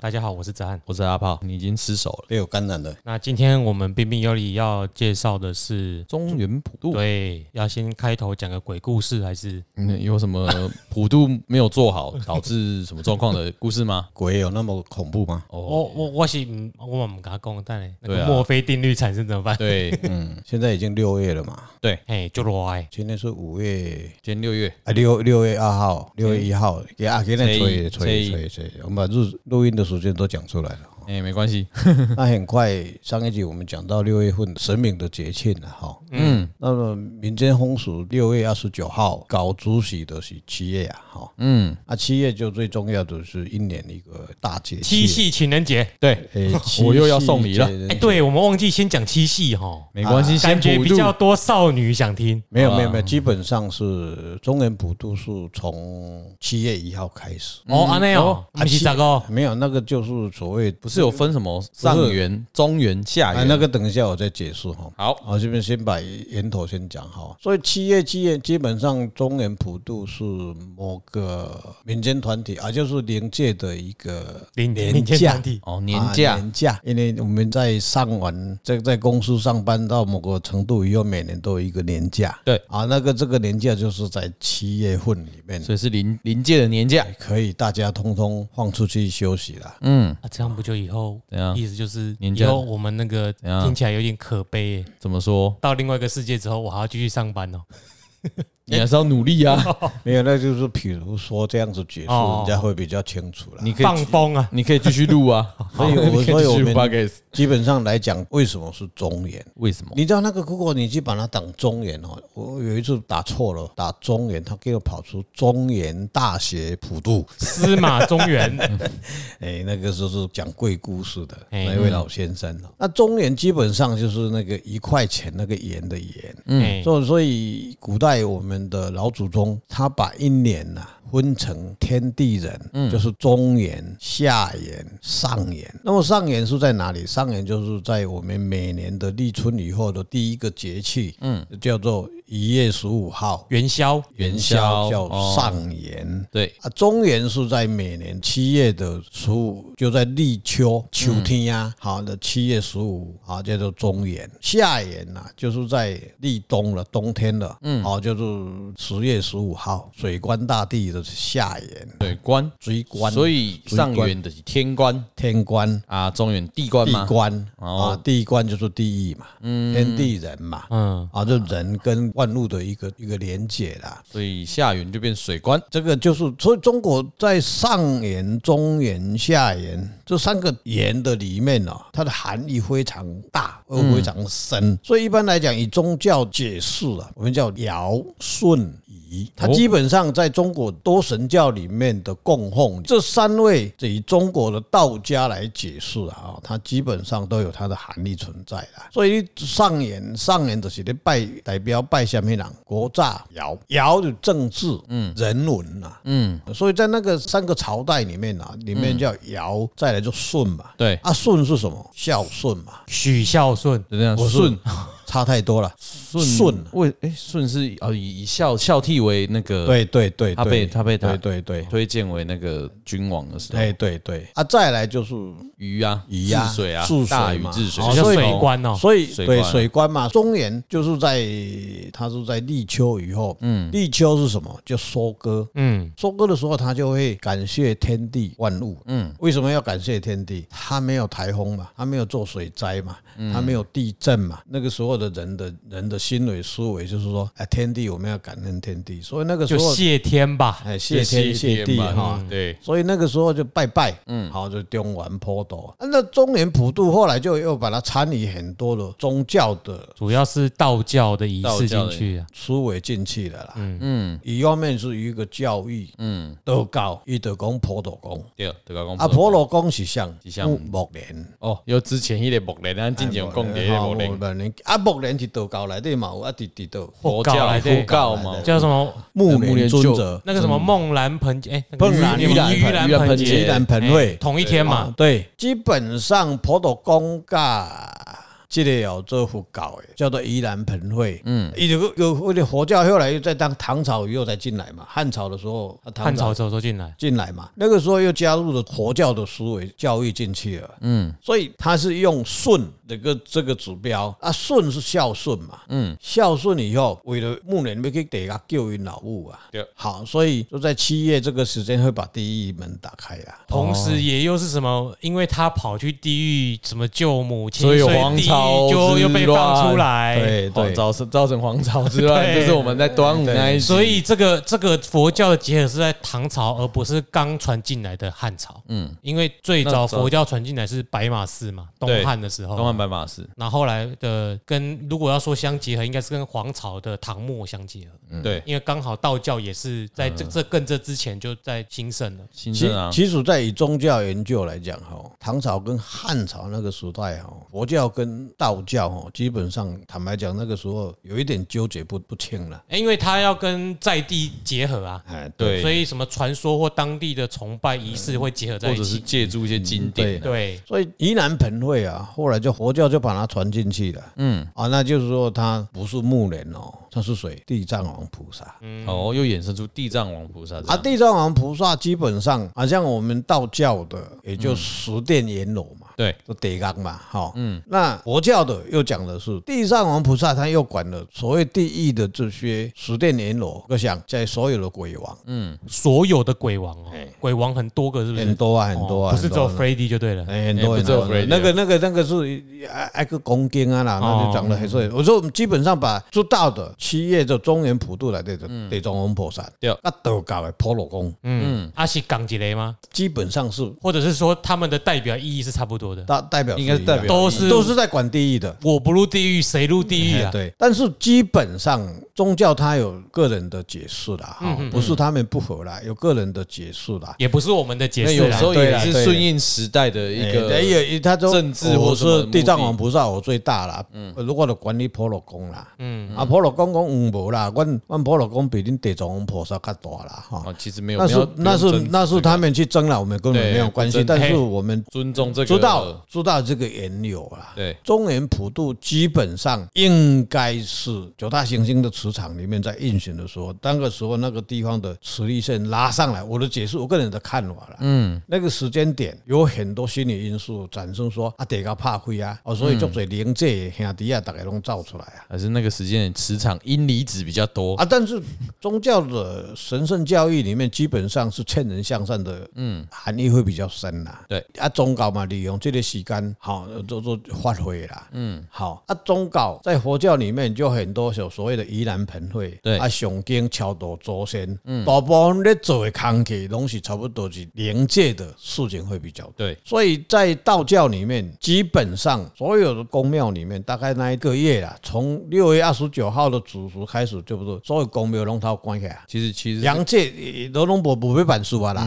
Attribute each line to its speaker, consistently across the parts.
Speaker 1: 大家好，我是子翰。
Speaker 2: 我是阿炮，你已经失手 了。
Speaker 3: 被我感染了。
Speaker 1: 那今天我们彬彬有礼要介绍的是，
Speaker 2: 中原普渡，
Speaker 1: 对，要先开头讲个鬼故事还是？
Speaker 2: 嗯，有什么普渡没有做好导致什么状况的故事吗？
Speaker 3: 鬼有那么恐怖吗？
Speaker 2: 哦，
Speaker 1: 我我我是唔我们跟他讲，但嘞那
Speaker 2: 对
Speaker 1: 个
Speaker 2: 啊
Speaker 1: 墨菲定律产生怎么办？
Speaker 2: 对
Speaker 3: 嗯，现在已经六月了嘛，
Speaker 2: 对，
Speaker 1: 嘿，就落哎，
Speaker 3: 今天是五月
Speaker 2: 今天六月，
Speaker 3: 啊，六六月二号，六月一号，给啊给
Speaker 2: 吹
Speaker 3: 那
Speaker 2: 吹
Speaker 3: 吹吹吹吹，我们把录录音的时间都讲出 来了。
Speaker 2: 哎，没关系，
Speaker 3: 那很快，上一集我们讲到六月份神明的节庆了哈。
Speaker 2: 嗯
Speaker 3: 那么民间风俗，六月二十九号搞主席的是七月啊，哈，
Speaker 2: 嗯，
Speaker 3: 啊七月就最重要的是一年一个大节
Speaker 1: 七
Speaker 3: 气，
Speaker 1: 夕情人节，
Speaker 2: 对，
Speaker 3: 诶
Speaker 2: 我又要送礼了
Speaker 3: 七夕节
Speaker 1: 哎，对我们忘记先讲七夕哈，
Speaker 2: 没关系，先
Speaker 1: 啊感觉
Speaker 2: 普
Speaker 1: 比
Speaker 2: 渡。
Speaker 1: 较多少女想听。
Speaker 3: 没有
Speaker 2: 啊
Speaker 3: 没有没有，基本上是中原普渡是从七月一号开始，
Speaker 2: 嗯
Speaker 1: 哦，安内哦，
Speaker 3: 啊
Speaker 1: 不是咋个？
Speaker 3: 没有那个就是所谓
Speaker 2: 不是有分什么上元、中元、下
Speaker 3: 啊，
Speaker 2: 元？
Speaker 3: 那个等一下我再解释哈。
Speaker 2: 好，
Speaker 3: 我这边先把源头先讲好，所以七月七月基本上中原普渡是某个民间团体啊，就是灵界的一个
Speaker 1: 零零
Speaker 3: 年
Speaker 1: 天
Speaker 3: 假
Speaker 1: 团。体，
Speaker 2: 哦，年
Speaker 3: 啊
Speaker 2: 假，
Speaker 3: 年假，因为我们在上完在在公司上班到某个程度以后，每年都有一个年假。
Speaker 2: 对
Speaker 3: 啊，那个这个年假就是在七月份里面，
Speaker 2: 所以是临临界的年假。
Speaker 3: 哎可以大家通通放出去休息啦。
Speaker 2: 嗯，
Speaker 1: 啊，这样不就以后
Speaker 2: 怎样
Speaker 1: 意思就是
Speaker 2: 啊年
Speaker 1: 以
Speaker 2: 假啊
Speaker 1: 后我们那个
Speaker 2: 怎样
Speaker 1: 听起来有点可悲耶，
Speaker 2: 怎么说？
Speaker 1: 到另外一个世界之后，我还要继续上班哦。
Speaker 2: 你还是要努力啊！
Speaker 3: 没有，那就是比如说这样子解释，
Speaker 1: 哦
Speaker 3: 人家会比较清楚啦。
Speaker 2: 你可以
Speaker 1: 放风啊，
Speaker 2: 你可以继续录啊。
Speaker 3: 所以 我
Speaker 2: 你可
Speaker 3: 所
Speaker 2: 继
Speaker 3: 以
Speaker 2: 续录
Speaker 3: 我们
Speaker 2: podcast
Speaker 3: 基本上来讲，为什么是中原？
Speaker 2: 为什么？
Speaker 3: 你知道那个 Google，你去把它打中原哦。我有一次打错了，打中原，它给我跑出中原大学普渡。
Speaker 1: 司马中原，
Speaker 3: 哎，那个时候是讲鬼故事的
Speaker 1: 哎
Speaker 3: 那一位老先生哦。那中原基本上就是那个一块钱那个盐的盐。
Speaker 1: 嗯，
Speaker 3: 所以所以古代我们的老祖宗，他把一年呐、分成天地人，
Speaker 2: 嗯
Speaker 3: 就是中元、下元、上元。那么上元是在哪里？上元就是在我们每年的立春以后的第一个节气，嗯，叫做一月十五号
Speaker 1: 元宵，
Speaker 2: 元宵
Speaker 3: 叫
Speaker 2: 哦
Speaker 3: 上元。
Speaker 2: 对，
Speaker 3: 啊，中原是在每年七月的十五，就在立秋秋天呀、好的七月十五，好叫做中原。下元呐、就是在立冬了，冬天了，嗯，好就是十月十五号，水官大帝的下元，
Speaker 2: 对官，
Speaker 3: 水官、
Speaker 2: 所以
Speaker 3: 水
Speaker 2: 上
Speaker 3: 官
Speaker 2: 元的是天官
Speaker 3: 天官、
Speaker 2: 啊，中元地官
Speaker 3: 地
Speaker 2: 吗？
Speaker 3: 官
Speaker 2: 哦
Speaker 3: 啊，地官就是地狱嘛，天地人嘛，
Speaker 1: 嗯，
Speaker 3: 啊，就人跟万物的一个一个连结啦。
Speaker 2: 所以下元就变水官。
Speaker 3: 这个就是，所以中国在上元、中元、下元这三个元的里面呢、它的含义非常大，又非常深。所以一般来讲，以宗教解释啊，我们叫尧、舜、禹，它
Speaker 2: 哦
Speaker 3: 基本上在中国多神教里面的供奉，这三位以中国的道家来解释啊，它基本上都有它的含义存在啦。所以上元、上元就是咧拜代表拜什么人？国炸尧，尧就政治，嗯，人文呐、
Speaker 2: 嗯，
Speaker 3: 所以在那个三个朝代里面啊，里面叫
Speaker 2: 嗯
Speaker 3: 尧，再来就舜嘛。
Speaker 2: 对，
Speaker 3: 啊，舜是什么？孝顺嘛，
Speaker 1: 许孝顺，
Speaker 2: 就这样。
Speaker 3: 我是啊
Speaker 2: 舜
Speaker 3: 差太多了。
Speaker 2: 舜
Speaker 3: 舜
Speaker 2: 为哎舜是哦以以孝孝悌为那个
Speaker 3: 对对对，
Speaker 2: 他被
Speaker 3: 对
Speaker 2: 他被他
Speaker 3: 对对对
Speaker 2: 推荐为那个君王的时候，
Speaker 3: 对对对啊，再来就是
Speaker 2: 禹啊，
Speaker 3: 禹啊
Speaker 2: 治水啊，
Speaker 3: 治水
Speaker 2: 大禹
Speaker 3: 嘛
Speaker 2: 治水，
Speaker 3: 哦
Speaker 1: 叫
Speaker 3: 所以
Speaker 1: 水官哦，
Speaker 3: 所以
Speaker 2: 水
Speaker 3: 对
Speaker 2: 官
Speaker 3: 水官嘛，中原就是在他是在立秋以后，嗯，立秋是什么？就收割。
Speaker 1: 嗯，
Speaker 3: 收割的时候，他就会感谢天地万物。嗯，为什么要感谢天地？他没有台风嘛，他没有做水灾嘛，他没有地震嘛。那个时候的人的人的心理思维就是说，哎，天地我们要感恩天地。所以那个时
Speaker 1: 就
Speaker 3: 候，
Speaker 1: 谢天吧，
Speaker 3: 哎，谢天谢地
Speaker 2: 嘛嗯
Speaker 3: 哈。
Speaker 2: 对，
Speaker 3: 所以那个时候就拜拜，嗯，好就中原普渡。啊那中原普渡后来就又把它参与很多的宗教的
Speaker 1: 主要是道教的仪
Speaker 2: 道
Speaker 1: 式
Speaker 2: 教
Speaker 1: 进
Speaker 2: 的
Speaker 1: 去啊，
Speaker 3: 思维进去了啦。嗯嗯，一方面是一个教育，嗯，道教，伊就讲普渡公。
Speaker 2: 对，德高公
Speaker 3: 啊，婆罗公是像
Speaker 2: 是像
Speaker 3: 木莲，
Speaker 2: 哦，有之前迄个木莲，
Speaker 3: 哎
Speaker 2: 咱之前有讲的迄个木莲，
Speaker 3: 莲，啊木莲是道教来的嘛，有啊伫伫道
Speaker 2: 佛
Speaker 1: 教
Speaker 2: 教
Speaker 1: 来的
Speaker 2: 佛教嘛，
Speaker 1: 叫什么
Speaker 3: 木
Speaker 2: 木莲
Speaker 3: 莲尊
Speaker 2: 就
Speaker 3: 者，
Speaker 1: 那个什么梦兰盆，哎，那个
Speaker 3: 怦然
Speaker 1: 盂
Speaker 3: 盂兰
Speaker 1: 盂
Speaker 2: 盂兰
Speaker 1: 兰
Speaker 2: 盆
Speaker 1: 盆
Speaker 2: 节
Speaker 1: 节
Speaker 3: 盂兰盆会
Speaker 1: 哎同一天嘛
Speaker 3: 啊，对，基本上婆罗公噶这个有做佛教的，叫做盂兰盆会。嗯，伊就有为了佛教，后来又在当唐朝以后才进来嘛，汉朝的时候，啊
Speaker 1: 汉朝走走进来，
Speaker 3: 进来嘛，那个时候又加入了佛教的思维教育进去了，嗯，所以他是用顺这个这个指标啊，顺是孝顺嘛，嗯，孝顺以后为了牧人要去地下救因老母啊，
Speaker 2: 对，
Speaker 3: 好，所以就在七月这个时间会把地狱门打开啊啦。
Speaker 1: 同时也又是什么？因为他跑去地狱，什么救母亲，
Speaker 2: 所以有
Speaker 1: 地狱
Speaker 2: 皇朝
Speaker 1: 就又被放出来。
Speaker 3: 对
Speaker 2: 皇
Speaker 3: 对，
Speaker 2: 哦造造成皇朝之 乱，
Speaker 1: 对
Speaker 2: 这是我们在端午那一集
Speaker 1: 所以这个这个佛教的结合是在唐朝，而不是刚传进来的汉朝。嗯，因为最早佛教传进来是白马寺嘛，东
Speaker 2: 对
Speaker 1: 汉的
Speaker 3: 哦
Speaker 1: 时候。
Speaker 2: 东汉白马寺，
Speaker 1: 那后来的跟如果要说相结合，应该是跟皇朝的唐末相结合，
Speaker 3: 嗯
Speaker 2: 对，
Speaker 1: 因为刚好道教也是在这这更这之前就在兴盛了。
Speaker 2: 新
Speaker 3: 其
Speaker 2: 政啊，
Speaker 3: 其实，在以宗教研究来讲，哈，唐朝跟汉朝那个时代，哈，佛教跟道教，哈，基本上坦白讲，那个时候有一点纠结不不清了。
Speaker 1: 哎因为他要跟在地结合啊，
Speaker 3: 哎，
Speaker 2: 对，
Speaker 1: 所以什么传说或当地的崇拜仪式会结合在
Speaker 2: 或
Speaker 1: 一
Speaker 2: 者是
Speaker 1: 起。
Speaker 2: 借助
Speaker 3: 嗯
Speaker 2: 一些经典，
Speaker 1: 对，
Speaker 3: 所以盂兰盆会啊，后来就佛教就把它传进去了。嗯，啊，那就是说他不是木人哦，他是谁？地藏王菩萨。
Speaker 1: 嗯
Speaker 2: 哦，又衍生出地藏王菩萨这
Speaker 3: 啊，
Speaker 2: 样，
Speaker 3: 地藏王菩萨基本上啊，像我们道教的，也就十殿阎罗嘛，
Speaker 2: 对，
Speaker 3: 就地缸嘛，哈，嗯，那佛教的又讲的是地藏王菩萨，他又管了所谓地狱的这些十殿阎罗，我想在所有的鬼王
Speaker 1: 所有的鬼王哦，鬼王很多个是不是？
Speaker 3: 很多啊，很
Speaker 1: 哦
Speaker 3: 多啊，
Speaker 1: 不是只有
Speaker 3: 很多啊
Speaker 1: Freddy 就对了。
Speaker 3: 哎，很多
Speaker 2: 哎
Speaker 3: 很
Speaker 2: 不只有
Speaker 3: 多很
Speaker 2: Freddy
Speaker 3: 多那个那个那个是挨挨个公斤啊啦，那
Speaker 1: 哦
Speaker 3: 就讲的很碎。我说我们基本上把做到的七月的中原普渡来的地藏王菩萨，
Speaker 2: 对
Speaker 3: 啊道教的婆罗公，
Speaker 1: 嗯，阿西港吉雷吗？
Speaker 3: 基本上是
Speaker 1: 或者是说他们的代表意义是差不多的？
Speaker 3: 代代表
Speaker 2: 应该是
Speaker 3: 一样
Speaker 2: 代表
Speaker 1: 都是
Speaker 3: 都是在管地狱的。
Speaker 1: 我不入地狱，谁入地狱
Speaker 3: 哎
Speaker 1: 啊？
Speaker 3: 对，但是基本上宗教它有个人的解释啦，哈，不是他们不合啦，有个人的解释啦。
Speaker 1: 也不是我们的解
Speaker 2: 那
Speaker 1: 释
Speaker 2: 有
Speaker 1: 啦
Speaker 2: 时。候
Speaker 3: 对
Speaker 2: 也
Speaker 3: 啦
Speaker 2: 是
Speaker 3: 对啦
Speaker 2: 顺应时代的一
Speaker 3: 哎
Speaker 2: 个，
Speaker 3: 也也他都
Speaker 2: 政治或
Speaker 3: 我
Speaker 2: 什么
Speaker 3: 是地藏王
Speaker 2: 目
Speaker 3: 菩萨，我最大啦。嗯，我就管理婆罗公啦。嗯，啊婆罗公讲嗯无啦，阮阮婆罗公比恁地藏王菩萨较大啦哈。
Speaker 2: 哦，其实没有，
Speaker 3: 那
Speaker 2: 没有
Speaker 3: 是那
Speaker 2: 不用
Speaker 3: 是
Speaker 2: 争
Speaker 3: 那是他们去争了，我们根本
Speaker 2: 对
Speaker 3: 没有关系。
Speaker 2: 不争
Speaker 3: 但是
Speaker 1: 嘿
Speaker 3: 我们
Speaker 2: 尊重这个，呃
Speaker 3: 知道知道这个缘由啦。
Speaker 2: 对
Speaker 3: 中原普渡基本上应该是九大行星的磁场里面在运行的时候，那个时候那个地方的磁力线拉上来，我的解释，我个人的看法啦。嗯，那个时间点有很多心理因素产生说啊，得个怕亏啊，哦，所以就嘴灵界兄弟啊，大概拢造出来啊。
Speaker 2: 还是那个时间磁场阴离子比较多
Speaker 3: 啊，但是宗教的神圣教育里面，基本上是劝人向善的，嗯，含义会比较深啦。
Speaker 2: 对
Speaker 3: 啊，宗教嘛，利用这个时间，好做做发挥啦。嗯，好啊，宗教在佛教里面就很多有所谓的盂兰盆会，
Speaker 2: 对
Speaker 3: 啊，上经超度祖先，嗯，大部分咧做的工课拢是差不多是灵界的事情会比较多。
Speaker 2: 对，
Speaker 3: 所以在道教里面，基本上所有的宫庙里面，大概那一个月啦，从六月二十九号的主俗开始，就是所有宫庙拢头关起来。
Speaker 2: 其实其实
Speaker 3: 阳界也都拢无无要办事啊啦，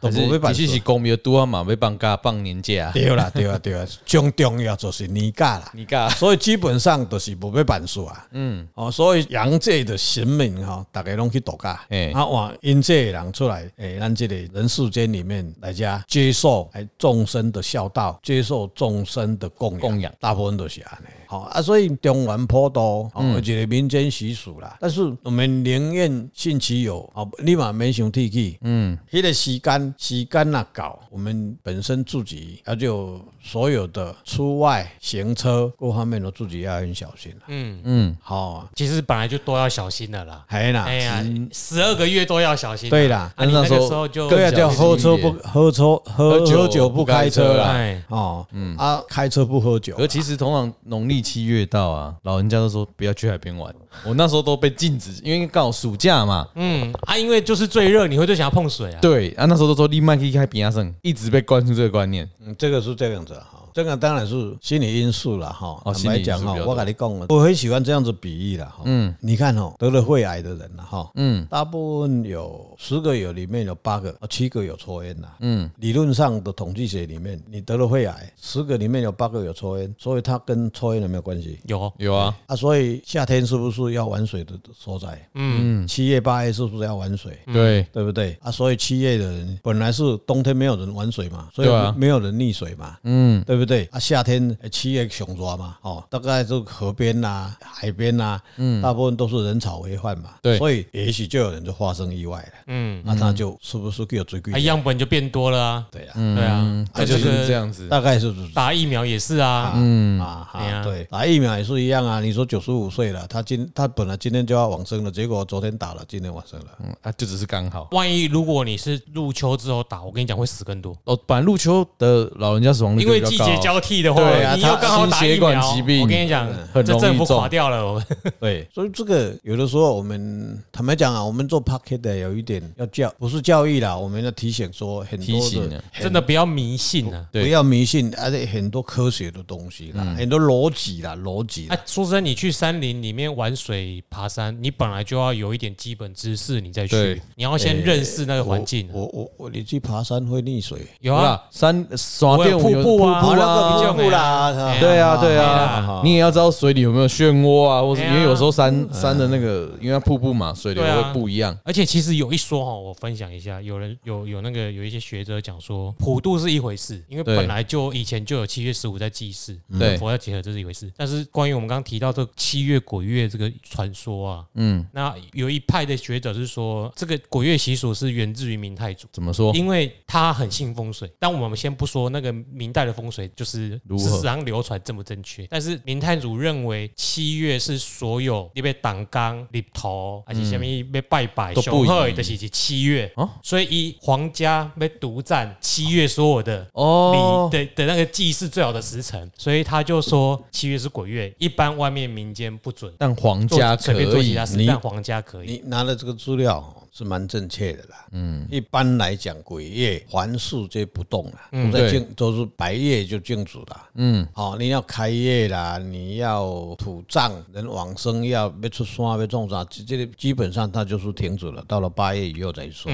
Speaker 3: 都
Speaker 2: 还是
Speaker 3: 无要办
Speaker 2: 其
Speaker 3: 事
Speaker 2: 实。是公庙多啊嘛，要放假放年假，啊
Speaker 3: 对啦，对啦，对啦，最重要就是啊年假啦。
Speaker 2: 你噶
Speaker 3: 所以基本上就是无要办事啊，嗯，哦，所以阳界的神明哈，大家拢去度假
Speaker 2: 嘿，
Speaker 3: 啊，换阴界的人出来，诶，咱这个人世间里面来家接受哎众生的孝道，接受众生的供养
Speaker 2: 供养
Speaker 3: 大部分都是安尼。好啊，所以中原普渡，哦，一个民间习俗啦。但是我们宁愿信其有，哦，你嘛免想提起。嗯，迄个时间时间若到，我们本身自己要就所有的出外行车各方面都自己要很小心啦。
Speaker 1: 嗯
Speaker 3: 嗯，好，
Speaker 1: 其实本来就都要小心的啦。
Speaker 3: 还
Speaker 2: 啊
Speaker 3: 啦
Speaker 1: 哎，呀，
Speaker 2: 嗯
Speaker 1: 十二个月都要小心啊。
Speaker 3: 对啦
Speaker 1: 啊，你那
Speaker 2: 那
Speaker 1: 个
Speaker 2: 时候
Speaker 1: 时候就
Speaker 2: 更
Speaker 3: 对啊，
Speaker 2: 小
Speaker 3: 叫
Speaker 2: 心
Speaker 3: 喝
Speaker 2: 一
Speaker 3: 车不
Speaker 2: 点
Speaker 3: 喝车喝
Speaker 2: 喝酒
Speaker 3: 喝酒不
Speaker 2: 不开
Speaker 3: 开
Speaker 2: 车
Speaker 3: 车
Speaker 2: 啦
Speaker 3: 啦。
Speaker 1: 哎，
Speaker 3: 哦，啊，开车不喝酒啦。
Speaker 2: 可其实通常农历七月到啊，老人家都说不要去海边玩。我那时候都被禁止，因为刚好暑假嘛。
Speaker 1: 嗯啊，因为就是最热，你会最想要碰水啊。
Speaker 2: 对啊，那时候都说立麦可以开比亚圣，啊一直被灌输这个观念。
Speaker 3: 嗯，这个是这样子哈，这个当然是心理因素了哈。
Speaker 2: 哦
Speaker 3: 坦白讲
Speaker 2: 心理因素比
Speaker 3: 哈
Speaker 2: 较，多
Speaker 3: 我跟你讲，啊我很喜欢这样子比喻了哈。嗯，你看哦，得了肺癌的人了哈，嗯，大部分有十个有里面有八个，哦七个有抽烟呐。嗯，理论上的统计学里面，你得了肺癌，十个里面有八个有抽烟，所以它跟抽烟有没有关系？
Speaker 1: 有
Speaker 2: 有啊，
Speaker 3: 啊，所以夏天是不是要玩水的所在？嗯，七月八月是不是要玩
Speaker 1: 嗯
Speaker 3: 水？
Speaker 2: 对，
Speaker 3: 对不对啊？所以七月的人本来是冬天没有人玩水嘛，所以
Speaker 2: 对啊
Speaker 3: 没有人溺水嘛，嗯，对不不对？啊，夏天呃七月熊抓嘛，哦，大概就河边呐、海边呐、嗯，大部分都是人潮为患嘛，
Speaker 2: 对
Speaker 3: 所以也许就有人就发生意外了，嗯，哎那他就是不是给有追
Speaker 1: 啊，
Speaker 3: 归？
Speaker 1: 样本就变多了啊。
Speaker 3: 对啊，
Speaker 1: 对啊
Speaker 2: 嗯，，它就
Speaker 1: 就是
Speaker 2: 这样子。
Speaker 3: 大概是
Speaker 1: 打疫苗也是啊，
Speaker 3: 嗯啊
Speaker 1: 对
Speaker 3: 啊，
Speaker 1: 啊
Speaker 3: 对，打疫苗也是一样啊。你说九十五岁了，他今他本来今天就要往生了，结果昨天打了，今天往生了。
Speaker 2: 嗯，啊，就只是刚好。
Speaker 1: 万一如果你是入秋之后打，我跟你讲会死更多，
Speaker 2: 哦，反正入秋的老人家死亡率
Speaker 1: 因
Speaker 2: 就
Speaker 1: 为
Speaker 2: 比较
Speaker 1: 季
Speaker 2: 高
Speaker 1: 节交替的话，
Speaker 2: 对啊
Speaker 1: 你又
Speaker 2: 它
Speaker 1: 刚好打疫苗
Speaker 2: 心血管疾病
Speaker 1: 我跟你讲，
Speaker 2: 很容
Speaker 1: 这
Speaker 2: 易
Speaker 1: 政府垮
Speaker 2: 中
Speaker 1: 掉了，我们
Speaker 3: 对，所以这个有的时候我们坦白讲啊，我们做 pocket 的有一点要教，不是教育啦，我们要提醒说很
Speaker 2: 提
Speaker 3: 多
Speaker 2: 醒
Speaker 3: 的
Speaker 2: 的。
Speaker 1: 真的不要迷信啊。
Speaker 2: 对
Speaker 3: 不要迷信，而且很多科学的东西啦，很多逻辑啦，逻辑
Speaker 2: 哦
Speaker 3: 啦
Speaker 1: 啊，说真的，你去山林里面玩水、爬山，你本来就要有一点基本知识，你再去
Speaker 2: 对，
Speaker 1: 你要先认识那个环境啊。
Speaker 3: 我我我，你去爬山会溺水，
Speaker 1: 有
Speaker 2: 不
Speaker 1: 啊，
Speaker 2: 啦，山耍
Speaker 1: 我
Speaker 2: 电
Speaker 1: 有
Speaker 2: 舞有
Speaker 1: 瀑布啊
Speaker 2: 瀑
Speaker 1: 啊
Speaker 2: 布啊，
Speaker 1: 那个比较美啊
Speaker 3: 啦
Speaker 1: 对
Speaker 2: 对啊，对
Speaker 1: 嘿啦
Speaker 2: 啊，你也要知道水里有没有漩涡啊，或者
Speaker 1: 嘿
Speaker 2: 因
Speaker 1: 啊
Speaker 2: 为有时候山山的那个，因为它瀑布嘛，水流
Speaker 1: 对啊
Speaker 2: 会不一样。
Speaker 1: 而且其实有一说哈，我分享一下，有人有有那个有一些学者讲说，普渡是一回事，因为
Speaker 2: 嗯对嗯
Speaker 1: 本来就以前就有七月十五在祭祀，
Speaker 2: 对
Speaker 1: 佛教结合这是一回事。但是关于我们刚刚提到这个七月鬼月这个传说啊，嗯，那有一派的学者是说，这个鬼月习俗是源自于明太祖。
Speaker 2: 怎么说？
Speaker 1: 因为他很信风水，但我们先不说那个明代的风水就是
Speaker 2: 如
Speaker 1: 史
Speaker 2: 何
Speaker 1: 上流传正不正确，但是明太祖认为七月是所有你被党纲、立头，而且下面被拜拜、
Speaker 2: 都
Speaker 1: 雄
Speaker 2: 不
Speaker 1: 鹤
Speaker 2: 宜
Speaker 1: 的是七月
Speaker 2: 哦，
Speaker 1: 所以以皇家被独占七月所有的。
Speaker 2: 哦
Speaker 1: 礼，的的那个祭是最好的时辰，所以他就说七月是鬼月，一般外面民间不准
Speaker 2: 但皇
Speaker 1: 做
Speaker 2: 家可
Speaker 1: 随便做其
Speaker 2: 以
Speaker 1: 他，事，
Speaker 3: 你
Speaker 1: 但皇家可以。
Speaker 3: 你拿了这个资料哦是蛮正确的啦。嗯，一般来讲，鬼月环视皆不动啦，都
Speaker 2: 对
Speaker 3: 在静，都是白夜就静止啦。嗯，好，你要开业啦，你要土葬，人往生要要出山要种啥，这这个基本上它就是停止了，到了八月以后再说。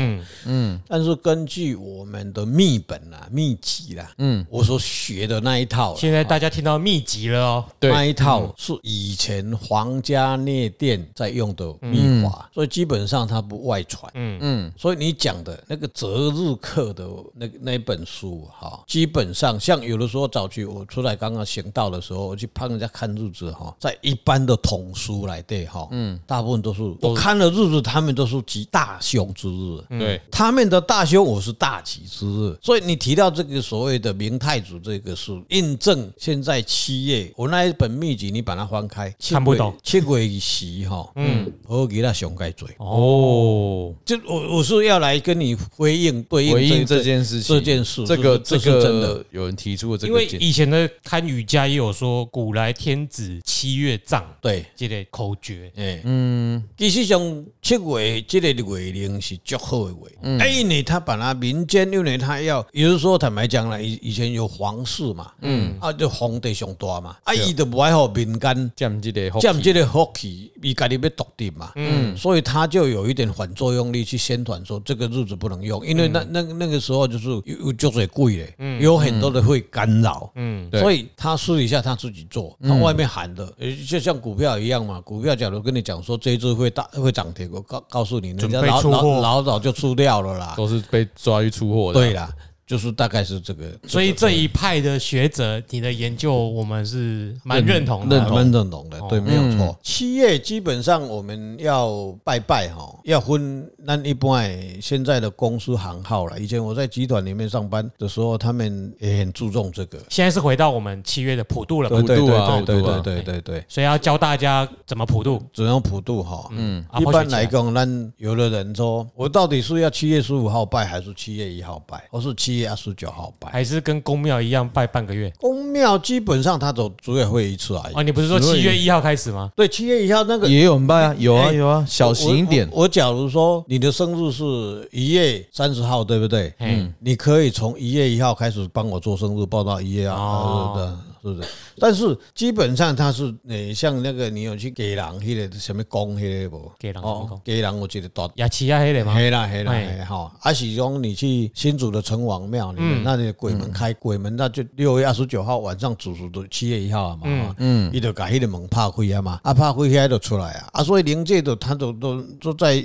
Speaker 1: 嗯，
Speaker 3: 但是根据我们的秘本啊、秘籍啦，嗯，我所学的那一套啦，
Speaker 1: 现在大家听到秘籍了哦，
Speaker 2: 对
Speaker 3: 那一套是以前皇家内殿在用的秘法，所以基本上它不外传。嗯嗯，所以你讲的那个择日课的那个那一本书哈，基本上像有的时候早期我出来刚刚行道的时候，我去帮人家看日子哈，在一般的统书来对哈，嗯，大部分都是我看了日子，他们都是极大凶之日。
Speaker 2: 对，
Speaker 3: 他们的大修我是大吉之日，所以你提到这个所谓的明太祖这个是印证现在七月，我那一本秘籍你把它翻开，
Speaker 1: 看不懂
Speaker 3: 七月。七月时哈，嗯，我给他熊盖嘴，
Speaker 2: 哦，
Speaker 3: 就我我是要来跟你回应对应
Speaker 2: 回应这件事情，
Speaker 3: 这件事，
Speaker 2: 这个这
Speaker 3: 这是这是真的。
Speaker 2: 个有人提出了这
Speaker 1: 因
Speaker 2: 个
Speaker 1: 为
Speaker 2: 建议，
Speaker 1: 以前的堪舆家也有说，古来天子七月葬
Speaker 3: 对，
Speaker 1: 这类口诀，
Speaker 3: 哎，嗯，其实上七月这个月令是较好的月，哎、因为他把它民间，因为他要，也就是说坦白讲了，以以前有皇室嘛，嗯，啊，就皇帝上大嘛，啊，伊就不爱好民间。
Speaker 2: 降这个
Speaker 3: 占这个福气，伊家己要独立嘛，嗯，所以他就有一点反作用力去宣传说这个日子不能用，因为那那那个时候就是有有就是贵嘞，有很多的会干扰，
Speaker 1: 嗯，
Speaker 2: 对
Speaker 3: 所以他私底下他自己做，他外面喊的，呃就像股票一样嘛。股票假如跟你讲说这一只会大会涨停，我告告诉你，人家
Speaker 1: 准备
Speaker 3: 老
Speaker 1: 出
Speaker 3: 老
Speaker 1: 货
Speaker 3: 老早就出掉了啦。
Speaker 2: 都是被抓去出货的，
Speaker 3: 对啦，就是大概是这个，
Speaker 1: 所以这一派的学者，你的研究我们是蛮认同
Speaker 3: 认
Speaker 1: 的。
Speaker 3: 同认同的，对，没有错。七月基本上我们要拜拜哈，要分那一般的现在的公司行号了。以前我在集团里面上班的时候，他们也很注重这个。
Speaker 1: 现在是回到我们七月的普渡了嘛，哎
Speaker 3: 对呃对
Speaker 2: 普渡啊
Speaker 3: 对
Speaker 2: 普
Speaker 3: 对
Speaker 2: 渡
Speaker 3: 对
Speaker 2: 啊
Speaker 3: 对对对，
Speaker 1: 所以要教大家怎么普渡。
Speaker 3: 只用普渡哈。嗯，
Speaker 1: 啊
Speaker 3: 一
Speaker 1: 或
Speaker 3: 般
Speaker 1: 许
Speaker 3: 来讲，咱有的人说，我到底是要七月十五号拜，还是七月一号拜，或是七月二十九号拜？
Speaker 1: 还是跟公庙一样拜半个月
Speaker 3: 公庙基本上它总主委会一次而已
Speaker 1: 哦？。你不是说
Speaker 2: 所以
Speaker 1: 七月一号开始吗？
Speaker 3: 对，七月一号那个
Speaker 2: 也有人卖啊，有啊
Speaker 3: 哎
Speaker 2: 有啊，小型一点
Speaker 3: 我，我我假如说你的生日是一月三十号，对不对？
Speaker 1: 嗯
Speaker 3: 你可以从一月一号开始帮我做生日报到一月二
Speaker 1: 哦
Speaker 3: 的。是不是？但是基本上它是诶，像那个你有去给人迄个什么宫迄个无？
Speaker 1: 鸡笼什么
Speaker 3: 哦
Speaker 1: 宫，
Speaker 3: 给人我记得大
Speaker 1: 亚齐亚啊黑的吗？
Speaker 3: 黑啦黑啦
Speaker 1: 嘿
Speaker 3: 黑哈，啊是讲你去新竹的城隍庙里面，那里鬼门开鬼门，那就六月二十九号晚上主主的七月一号啊嘛，哈嗯，伊就甲迄个门拍开啊嘛，啊拍开遐就出来啊，啊所以灵界的他都都都在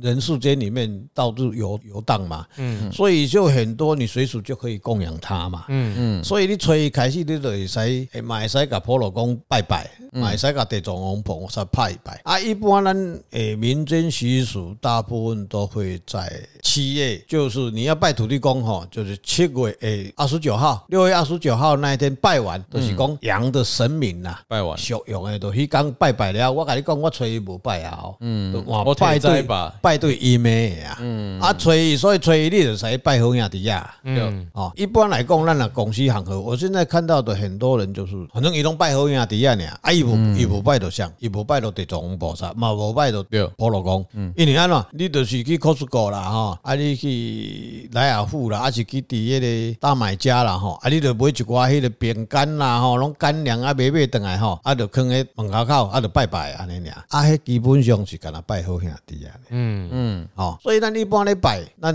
Speaker 3: 人世间里面到处游游荡嘛，嗯，所以就很多你随时就可以供养他嘛，嗯嗯，所以你初一开始你就会使，会嘛会使甲婆罗公拜拜，嘛会使甲地藏王菩萨拜拜，啊一般咱诶民间习俗大部分都会在七月，就是你要拜土地公吼，就是七月诶二十九号，六月二十九号那一天拜完，就是讲羊的神明呐、
Speaker 2: 拜完，
Speaker 3: 俗用的，就迄天拜拜了。我甲你讲，我初一无拜啊、哦，嗯，
Speaker 2: 我
Speaker 3: 我
Speaker 2: 天
Speaker 3: 拜
Speaker 2: 灾
Speaker 3: 对
Speaker 2: 吧
Speaker 3: 拜对伊妹啊，嗯，啊初一，所以初一你就使拜好兄弟啊。
Speaker 1: 嗯，
Speaker 3: 哦，一般来讲，咱若公司行合，我现在看到的很多人就是，反正伊拢拜好兄弟啊，尔，啊伊无伊无拜到啥，伊无拜到地藏王菩萨，嘛无拜到
Speaker 2: 对
Speaker 3: 婆罗公，因为安怎，你就是去 Costco 啦吼，啊你去莱雅富啦，啊是去伫迄个大买家啦吼，啊你就买一寡迄个饼干啦吼，拢干粮啊买买倒来吼，啊就囥喺门口口，啊就拜拜安尼尔，啊迄基本上是干那拜好兄弟啊。
Speaker 1: 嗯
Speaker 3: 哦，所以咱一般咧拜，咱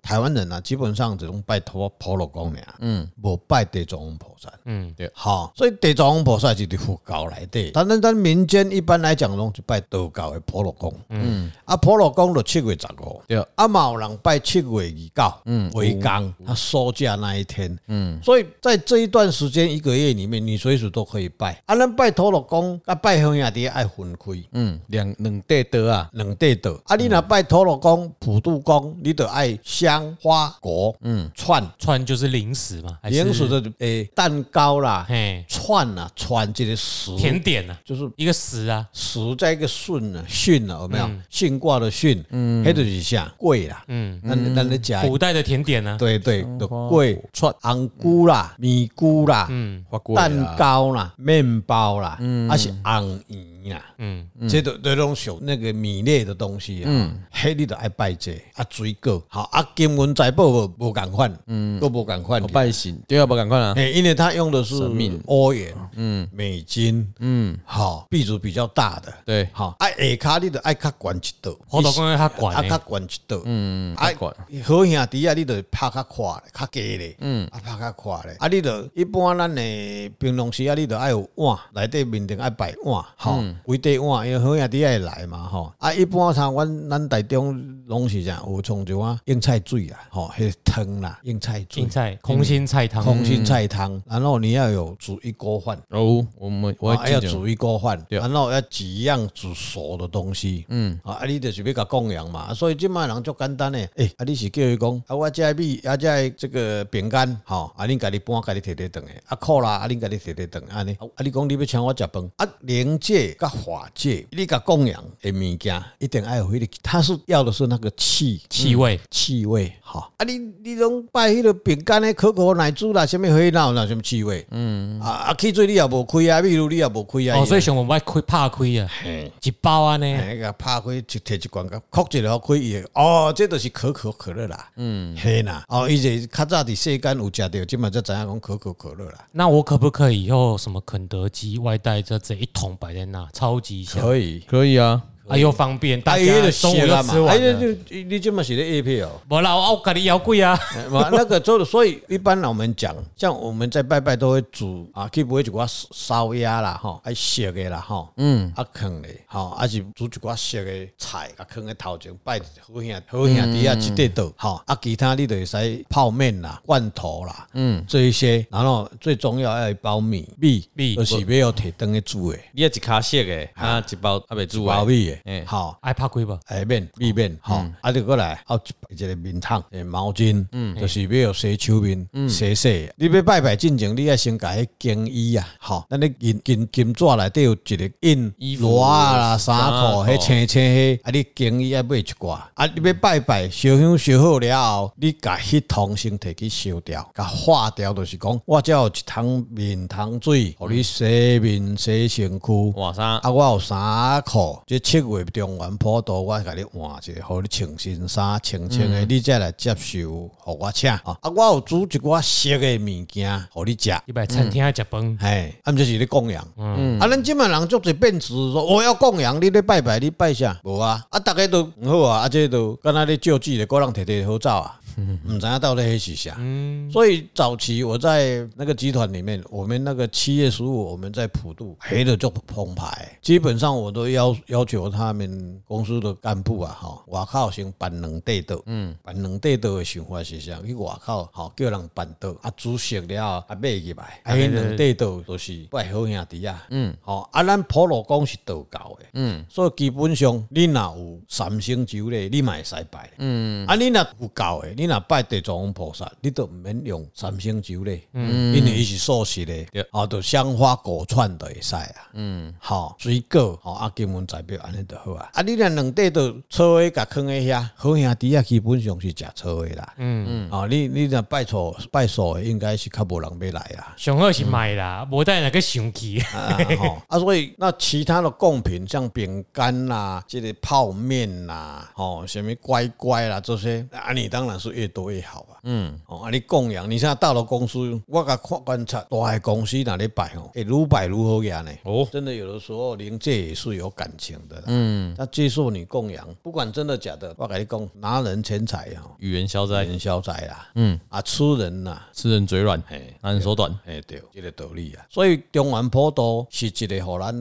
Speaker 3: 台湾人啊，基本上只拢拜陀婆罗公俩，嗯，无拜地藏王菩萨，
Speaker 1: 嗯，
Speaker 2: 对
Speaker 3: 好、所以地藏王菩萨就是佛教来的，但咱咱民间一般来讲，拢是拜道教的婆罗公，嗯，啊，婆罗公就七月十五，
Speaker 2: 对
Speaker 3: 啊，嘛有人拜七月二九，嗯，为刚他收假那一天，嗯，所以在这一段时间一个月里面，你随时都可以拜，啊，咱拜陀罗公，啊，拜好兄弟爱分开，
Speaker 2: 嗯，两两对得啊，
Speaker 3: 两块道啊，你若拜陀罗公、普渡公，你得爱香花果，嗯，串
Speaker 1: 串就是零食嘛，还是
Speaker 3: 零食的诶蛋糕啦，
Speaker 1: 嘿
Speaker 3: 串啦，串这个食，
Speaker 1: 甜点啊，
Speaker 3: 就是
Speaker 1: 一个食啊，
Speaker 3: 食在一个顺啊，训啊，有没有？训卦的训，嗯，迄就是啥贵啦，嗯，咱咱咧食的，
Speaker 1: 古代的甜点啊，
Speaker 3: 对对，就贵串红菇啦、米菇啦，嗯。
Speaker 2: 发过来
Speaker 3: 蛋
Speaker 2: 啊，
Speaker 3: 糕啦、面包啦，还是红圆啦，嗯，这都都拢属那个米类的东西啊，嗯，迄你都爱拜这啊，水果好啊，金文财宝无无共款，嗯，都无共款
Speaker 2: 我。拜神，对啊，不赶快啊，
Speaker 3: 哎，因为它用的是
Speaker 2: 神明
Speaker 3: 欧元，嗯，美金，嗯，好，币值比较大的，
Speaker 2: 对
Speaker 3: 好，啊，下卡你得爱较悬一道，
Speaker 1: 葡萄公园它
Speaker 3: 啊，
Speaker 1: 管
Speaker 3: 较
Speaker 1: 欸，
Speaker 3: 悬一道，嗯，啊
Speaker 2: 较悬，
Speaker 3: 好兄弟啊，你得拍较快咧，较低咧，嗯，啊，拍较快咧，啊，你得一般咱的平常时啊，你得爱有碗，内底面顶爱摆碗，吼，几块碗，因为好兄弟爱来嘛，吼，啊，一般像阮咱台中拢是啥，有创一碗硬菜水啦，吼，迄汤啦，硬菜水
Speaker 1: 青，菜空心菜汤，哦
Speaker 3: 空心菜汤，然后你要有煮一锅饭。
Speaker 2: 哦，我们我
Speaker 3: 啊，要
Speaker 2: 记得
Speaker 3: 煮一锅饭，
Speaker 2: 对
Speaker 3: 然后要几样煮熟的东西，嗯，啊，啊你就是要甲供养嘛，啊所以即卖人足简单诶，诶，啊，你是叫伊讲，啊，我这米，啊，这这个饼干，吼，啊，恁家己搬，家己摕摕顿诶，啊，苦啦，啊，恁家己摕摕顿，安尼，啊，啊你讲你要请我食饭，啊，灵界甲法界，你甲供养诶物件，一定爱有迄个，他是要的是那个气
Speaker 1: 气味，
Speaker 3: 气味，哈啊你你拢拜迄个饼干的可可奶珠啦，什么火闹啦，什么气味，嗯啊啊汽水你也无开啊，秘鲁你也无开啊，
Speaker 1: 哦，所以想我们开怕亏啊，
Speaker 3: 嘿，
Speaker 1: 一包安尼，
Speaker 3: 嘿，个拍开一摕一罐个，扣一了开伊，哦，这就是可口可乐啦，嗯，嘿啦，哦，伊就较早伫世间有食着，即嘛才知影讲可口可乐啦，
Speaker 1: 那我可不可以以后什么肯德基外带这这一桶摆在那，超级香
Speaker 3: 可以，
Speaker 2: 可以啊，
Speaker 1: 啊，又方便，大
Speaker 3: 啊，伊
Speaker 1: 家
Speaker 3: 就
Speaker 1: 中午就
Speaker 3: 写啦嘛
Speaker 1: 吃，
Speaker 3: 哎，
Speaker 1: 完啊
Speaker 3: 你
Speaker 1: 了。
Speaker 3: 就你即嘛是咧 A 片哦。
Speaker 1: 无啦，我我家己摇贵啊，
Speaker 3: 哎嘛，那个就是，所以一般我们讲，像我们在拜拜都会煮啊，去买一寡烧鸭啦，吼，爱熟的啦，吼，嗯，啊放咧，吼，啊是煮一寡熟的菜，啊放咧头前拜好兄好兄弟啊，一块倒，吼，啊其他你就会使泡面啦、罐头啦，嗯，这一些，然后最重要要有一包米，米
Speaker 1: 米
Speaker 3: 就是要有提灯去煮的，
Speaker 2: 你要一卡色的，啊，一包阿袂煮啊
Speaker 3: 包，米的，
Speaker 2: 嗯
Speaker 3: 好。
Speaker 1: 爱怕亏吧？
Speaker 3: 下面米面吼，啊，你过来，还有一个面桶、诶毛巾，就是要有洗手面、洗洗。你要拜拜进前，你要先甲迄经衣啊，吼，咱咧金金金纸内底有一个印
Speaker 2: 衣服
Speaker 3: 罗啊啦、衫裤，
Speaker 2: 衫
Speaker 3: 迄
Speaker 2: 裤
Speaker 3: 青青迄，啊，你经衣要买一寡，啊，你要拜拜烧香烧好了后，你甲迄桶先摕去烧掉，甲化掉，就是讲我只有一桶面桶水，互你洗面洗身躯。
Speaker 2: 换衫
Speaker 3: 啊，我有衫裤，这七月月中元普渡，我甲你换一个，互你穿新衫，穿穿的，你再来接受，互我请啊！啊，我有煮一寡熟的物件，互你食。
Speaker 1: 你摆餐厅食饭，
Speaker 3: 哎，啊，毋就是咧供养。嗯，啊，咱即满人足侪变质，说我要供养，你咧拜拜，你拜啥？无啊，啊，逐个都唔好啊，啊，这都敢若咧救济咧，个人摕摕好走啊，毋知影到底迄是啥。所以早期我在那个集团里面，我们那个七月十五我们在普渡，黑的就澎湃，基本上我都要要求他们公司的干部啊，吼，外口先办两块桌，嗯，办两块桌的想法是啥？去外口吼叫人办桌，啊，煮熟了后啊买入来，啊，迄两块桌就是拜好兄弟啊，嗯，吼，啊，咱普罗讲是道教的，嗯，所以基本上你若有三星酒类，你嘛会使拜，嗯，啊，你若有教的，你若拜地藏王菩萨，你都毋免用三星酒类，嗯，因为伊是素食的
Speaker 2: 对，
Speaker 3: 啊，就香花果串都会使啊，嗯，好，水果，吼，啊，金文代表安尼就好啊，啊，你若两块都错诶，甲囥诶遐，好兄弟啊，基本上是食错诶啦，嗯嗯，啊，你你若拜错拜错的，应该是较无人要来啊。
Speaker 1: 上好是买啦，
Speaker 3: 嗯
Speaker 1: 无带哪个生气，
Speaker 3: 啊，吼啊，所以那其他的贡品，像饼干啦、这个泡面啦、哦，什么乖乖啦这些，啊，你当然是越多越好啊。嗯，哦，啊，你供养，你现在大的公司，我甲看观察，大的公司哪里摆吼，会愈摆愈好呀呢。
Speaker 2: 哦
Speaker 3: 真的有的时候灵界也是有感情的啦。嗯，他接受你供养，不管真的假的，我跟你讲，拿人钱财吼，
Speaker 2: 语言消灾，
Speaker 3: 人消灾啦。嗯，啊，吃人啦。
Speaker 2: 吃人嘴软
Speaker 3: 嘿，
Speaker 2: 拿人手短。
Speaker 3: 哎，对，这个道理啊。所以中原普渡是一个互咱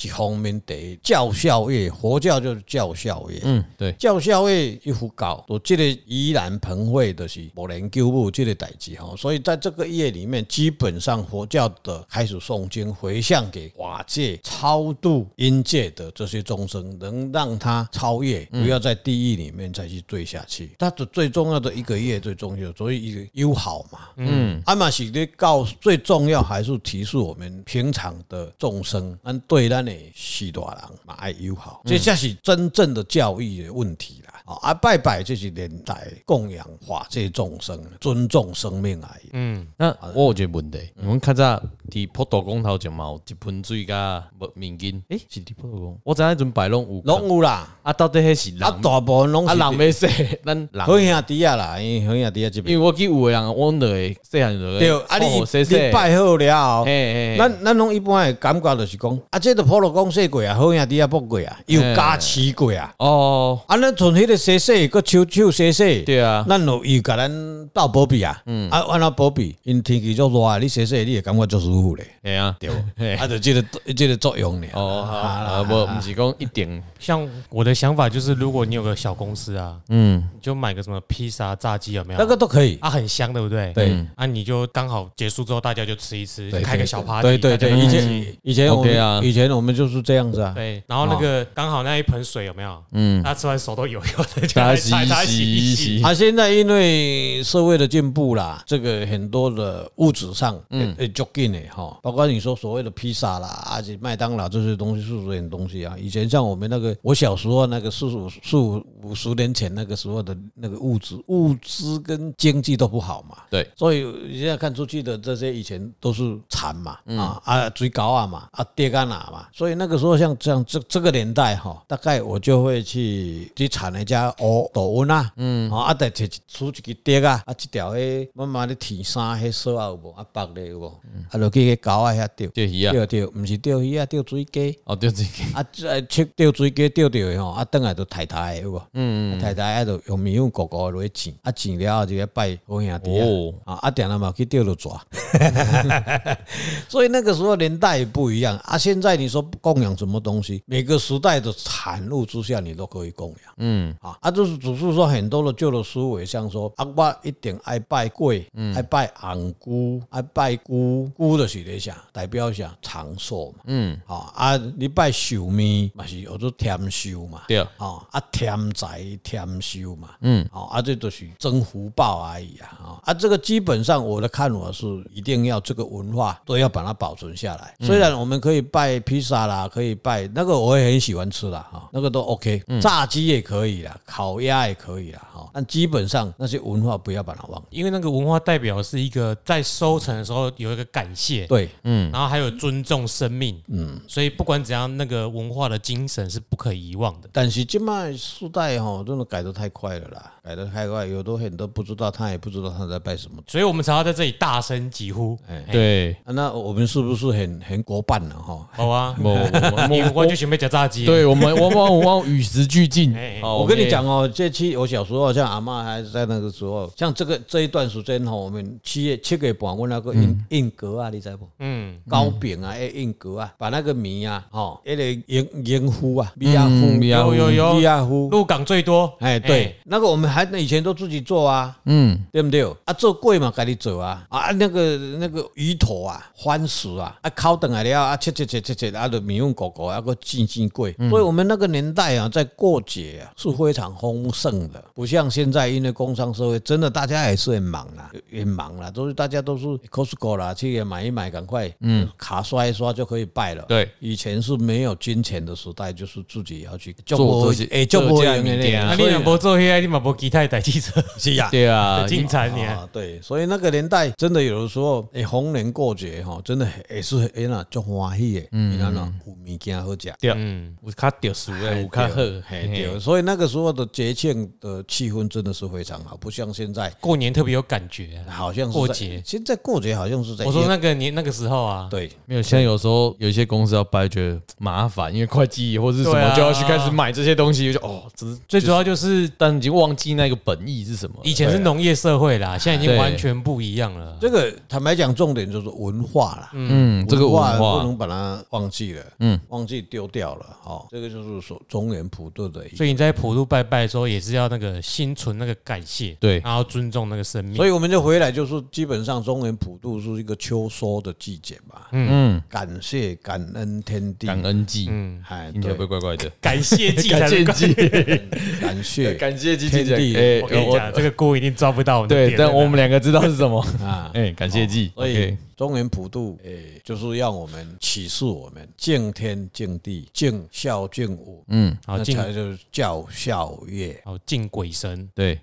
Speaker 3: 一方面第一教孝业，佛教就是教孝业。
Speaker 2: 嗯，对，
Speaker 3: 教孝业一佛教，就这个依然彭会就是无人救母这个代志吼，所以在这个业里面，基本上佛教的开始诵经回向给法界超度阴界的这些众生，能让他超越，不要在地狱里面再去坠下去。他的最重要的一个业最重要，所以一个友好嘛，嗯，阿玛是咧告最重要还是提示我们平常的众生，咱对咱的许大人嘛爱友好，
Speaker 2: 嗯
Speaker 3: 这才是真正的教育的问题啦。哦啊，拜拜就是连带供养化这众生，尊重生命而
Speaker 2: 嗯
Speaker 3: 已。
Speaker 2: 那我有一个问题，阮较早伫普渡公头前嘛有一盆水甲无面巾，诶，是伫普渡公，我知影迄阵摆拢有，
Speaker 3: 拢有啦，
Speaker 2: 啊，到底迄是人
Speaker 3: 啊，大部分拢
Speaker 2: 啊
Speaker 3: 是
Speaker 2: 人要 说咱人，
Speaker 3: 好兄弟啊啦，因为好兄弟啊这
Speaker 2: 因为
Speaker 3: 边
Speaker 2: 我记有个人，我就会细汉就会
Speaker 3: 对，啊
Speaker 2: 帮
Speaker 3: 你
Speaker 2: 我洗洗
Speaker 3: 你拜好了后。哦
Speaker 2: 嘿嘿，
Speaker 3: 咱咱拢一般的感觉就是讲，啊，这都普罗讲说过啊，好兄弟啊，不过啊，又
Speaker 2: 哎
Speaker 3: 加持过啊，
Speaker 2: 哦，
Speaker 3: 啊，咱从迄个洗洗，搁手手洗洗，
Speaker 2: 对啊嗯
Speaker 3: 咱就又甲咱斗保庇啊，啊，安那保庇，因天气足热啊的，你洗洗，你会感觉足舒服咧，
Speaker 2: 嘿啊，对，嘿，
Speaker 3: 啊，就即个即个作用咧。
Speaker 2: 哦，好啊，无，毋是讲一定，
Speaker 1: 像我的想法就是，如果你有个小公司啊，嗯，你就买个什么披萨、炸鸡有没有？
Speaker 3: 那个都可
Speaker 2: 嗯
Speaker 3: 以，
Speaker 1: 啊，很香，对不对？
Speaker 3: 对
Speaker 1: 嗯，啊，你就刚好结束之后，大家就吃一吃
Speaker 3: 对，
Speaker 1: 开个
Speaker 3: 对
Speaker 1: 小 party，
Speaker 3: 对对
Speaker 1: 大家
Speaker 3: 对，
Speaker 1: 就
Speaker 3: 以
Speaker 1: 开心
Speaker 3: 前以前我
Speaker 2: OK
Speaker 3: 们
Speaker 2: 啊
Speaker 3: 以前我们就是这样子啊，
Speaker 1: 对，然后那个刚好那一盆水有没有？嗯，他吃完手都油油的，就
Speaker 2: 大家
Speaker 1: 来
Speaker 2: 洗一
Speaker 1: 大家
Speaker 2: 洗一洗，
Speaker 3: 啊，现在因为社会的进步啦，这个很多的物质上，嗯，就近的哈，包括你说所谓的披萨啦，而且麦当劳这些东西，素食点东西啊，以前像我们那个我小时候那个四五四五五十年前那个时候的那个物质物资跟经济都不好嘛，
Speaker 2: 对，
Speaker 3: 所以现在看出去的这些以前都是蚕嘛，啊啊最高啊嘛，啊跌干哪嘛，所以那个时候像这样这这个年代哈，大概我就会去去产人家哦抖温啊，嗯，啊得摕一出一支跌啊，啊一条迄慢慢咧铁衫迄锁啊有无啊白咧有无，啊落去迄狗啊遐钓，
Speaker 2: 钓鱼啊，
Speaker 3: 钓钓，毋是钓鱼啊钓水鸡。
Speaker 2: 哦，钓这个，
Speaker 3: 啊，这切钓水鸡钓着的吼，啊，等来就太太的有无？嗯，太太啊，就用米粉糊糊落去煎，啊，煎了后就去拜好兄弟啊
Speaker 2: 哦，
Speaker 3: 啊，啊，定了嘛去钓着蛇。 所以那个时候年代也不一样啊。现在你说供养什么东西，每个时代的产物之下，你都可以供养。嗯，啊，啊，就是只是说很多的旧的思维，像说啊，我一定爱拜贵，爱拜红菇，爱拜菇，菇就是咧啥，代表啥长寿嘛。嗯，啊，啊，你拜寿面嘛是叫做添寿嘛。
Speaker 2: 对，
Speaker 3: 哦，啊，添财添寿嘛，嗯，哦，啊，这都是增福报而已啊，哦啊，这个基本上我的看法是，一定要这个文化都要把它保存下来。虽然我们可以拜披萨啦，可以拜那个我也很喜欢吃啦，哈、那个都 OK，、炸鸡也可以啦，烤鸭也可以啦，哈、但基本上那些文化不要把它忘了。
Speaker 1: 因为那个文化代表是一个在收成的时候有一个感谢，
Speaker 3: 对，
Speaker 1: 嗯，然后还有尊重生命，嗯，所以不管怎样，那个文化的精神是不可遗忘的。
Speaker 3: 但是这卖世代哈，真的改得太快了啦，改得太快，有的很多不知道，他也不知道他在拜什么。
Speaker 1: 所以我们才要在这里大声疾呼，
Speaker 2: 哎对，
Speaker 3: 啊那我们是不是很很国办了哈？
Speaker 1: 好啊！
Speaker 2: 我我
Speaker 1: 你我
Speaker 2: 我
Speaker 1: 就准备夹炸鸡，，
Speaker 2: 对我们我们我们与时俱进
Speaker 1: 哎。
Speaker 2: 好
Speaker 3: 我跟你讲，哦，这期我小时候像阿妈还是在那个时候，像这个这一段时间哈，我们七月七月半，我那个印印格啊，你知不？
Speaker 1: 嗯，
Speaker 3: 糕饼啊，诶，印格啊，把那个米啊，吼，那个盐盐糊啊，米啊糊，
Speaker 2: 嗯米啊糊
Speaker 1: 有有有
Speaker 3: 米啊糊，
Speaker 1: 鹿港最多，
Speaker 3: 哎，对，那个我们还以前都自己做啊，
Speaker 2: 嗯，
Speaker 3: 对不对？啊，做粿嘛，家己做啊，啊，那个那个鱼头啊，番薯啊，啊，烤等来了啊，切切切切切，啊，就米粉狗狗啊，个煎煎粿。
Speaker 2: 嗯
Speaker 3: 所以我们那个年代啊，在过节啊是非常丰盛的，不像现在因为工商社会，真的大家也是很忙啦，也忙啦，都是大家都是 Costco 啦，去买一买，赶快，嗯，卡刷一刷就可以拜了。
Speaker 2: 对，
Speaker 3: 以前是没有金钱的时代，就是自己要去
Speaker 2: 做这些
Speaker 3: 哎，做
Speaker 2: 做
Speaker 3: 不
Speaker 2: 这样啊
Speaker 3: 赢
Speaker 2: 的
Speaker 3: 的
Speaker 2: 物件
Speaker 1: 那
Speaker 3: 呢，
Speaker 1: 啊你
Speaker 3: 所以
Speaker 1: 若无做遐，你嘛无其他的代志做，
Speaker 3: 是呀。
Speaker 2: 对啊，
Speaker 1: 精彩你。
Speaker 3: 啊，对，所以那个年代真的有的时候，诶、逢年过节哈，真的也是哎那足欢喜的，你看那有物件好食。
Speaker 2: 对，嗯，有较特殊诶，有较好，
Speaker 3: 嘿对，所以那个时候的节庆的气氛真的是非常好，不像现在，
Speaker 1: 过年特别有感觉啊。
Speaker 3: 好像是在
Speaker 1: 过节
Speaker 3: 现在过节好像是在
Speaker 1: 我说那个年那个时候啊，
Speaker 3: 对，
Speaker 2: 没有，现在有时候有一些公司要掰，觉得麻烦，因为会计或是什
Speaker 1: 对
Speaker 2: 么
Speaker 1: 啊
Speaker 2: 就要去开始买这些东西，就嗯哦，只是
Speaker 1: 最主要就是
Speaker 2: 但已经忘记那个本意是什么了。
Speaker 1: 以前是农业社会啦，现在已经
Speaker 2: 对
Speaker 1: 完全不一样了。
Speaker 3: 这个坦白讲，重点就是文化啦。
Speaker 2: 嗯，这个文
Speaker 3: 不
Speaker 2: 化，
Speaker 3: 能把它忘记了，嗯，忘记丢掉了，哦，这个就是说中原普渡的一
Speaker 1: 所以你在普渡拜拜的时候，也是要那个心存那个感谢，
Speaker 2: 对
Speaker 1: 然后尊重那个生命
Speaker 3: 所。以我们就回来，就是基本上中原普渡是一个秋收的季节吧。
Speaker 2: 嗯，
Speaker 3: 感谢感恩天地，
Speaker 2: 感恩祭，
Speaker 3: 哎，
Speaker 2: 听起来会
Speaker 3: 对，
Speaker 2: 怪怪的。
Speaker 1: 感谢祭才
Speaker 2: 感
Speaker 1: 是
Speaker 2: 谢
Speaker 1: 怪，
Speaker 2: 祭，
Speaker 3: 感 谢
Speaker 2: 感谢祭，
Speaker 3: 天地
Speaker 2: 哎，
Speaker 1: 我跟你讲，这个锅一定抓不到我们的
Speaker 2: 对，
Speaker 1: 点的啦。
Speaker 2: 但我们两个知道是什么。
Speaker 3: 啊。
Speaker 2: 哎，感谢祭
Speaker 3: 所
Speaker 2: ，OK，
Speaker 3: 以中原普渡，诶，就是让我们启示我们敬天敬地敬孝敬武，嗯，
Speaker 1: 好
Speaker 3: 那
Speaker 1: 敬
Speaker 3: 才就是叫孝业。
Speaker 1: 好敬鬼神，
Speaker 2: 对，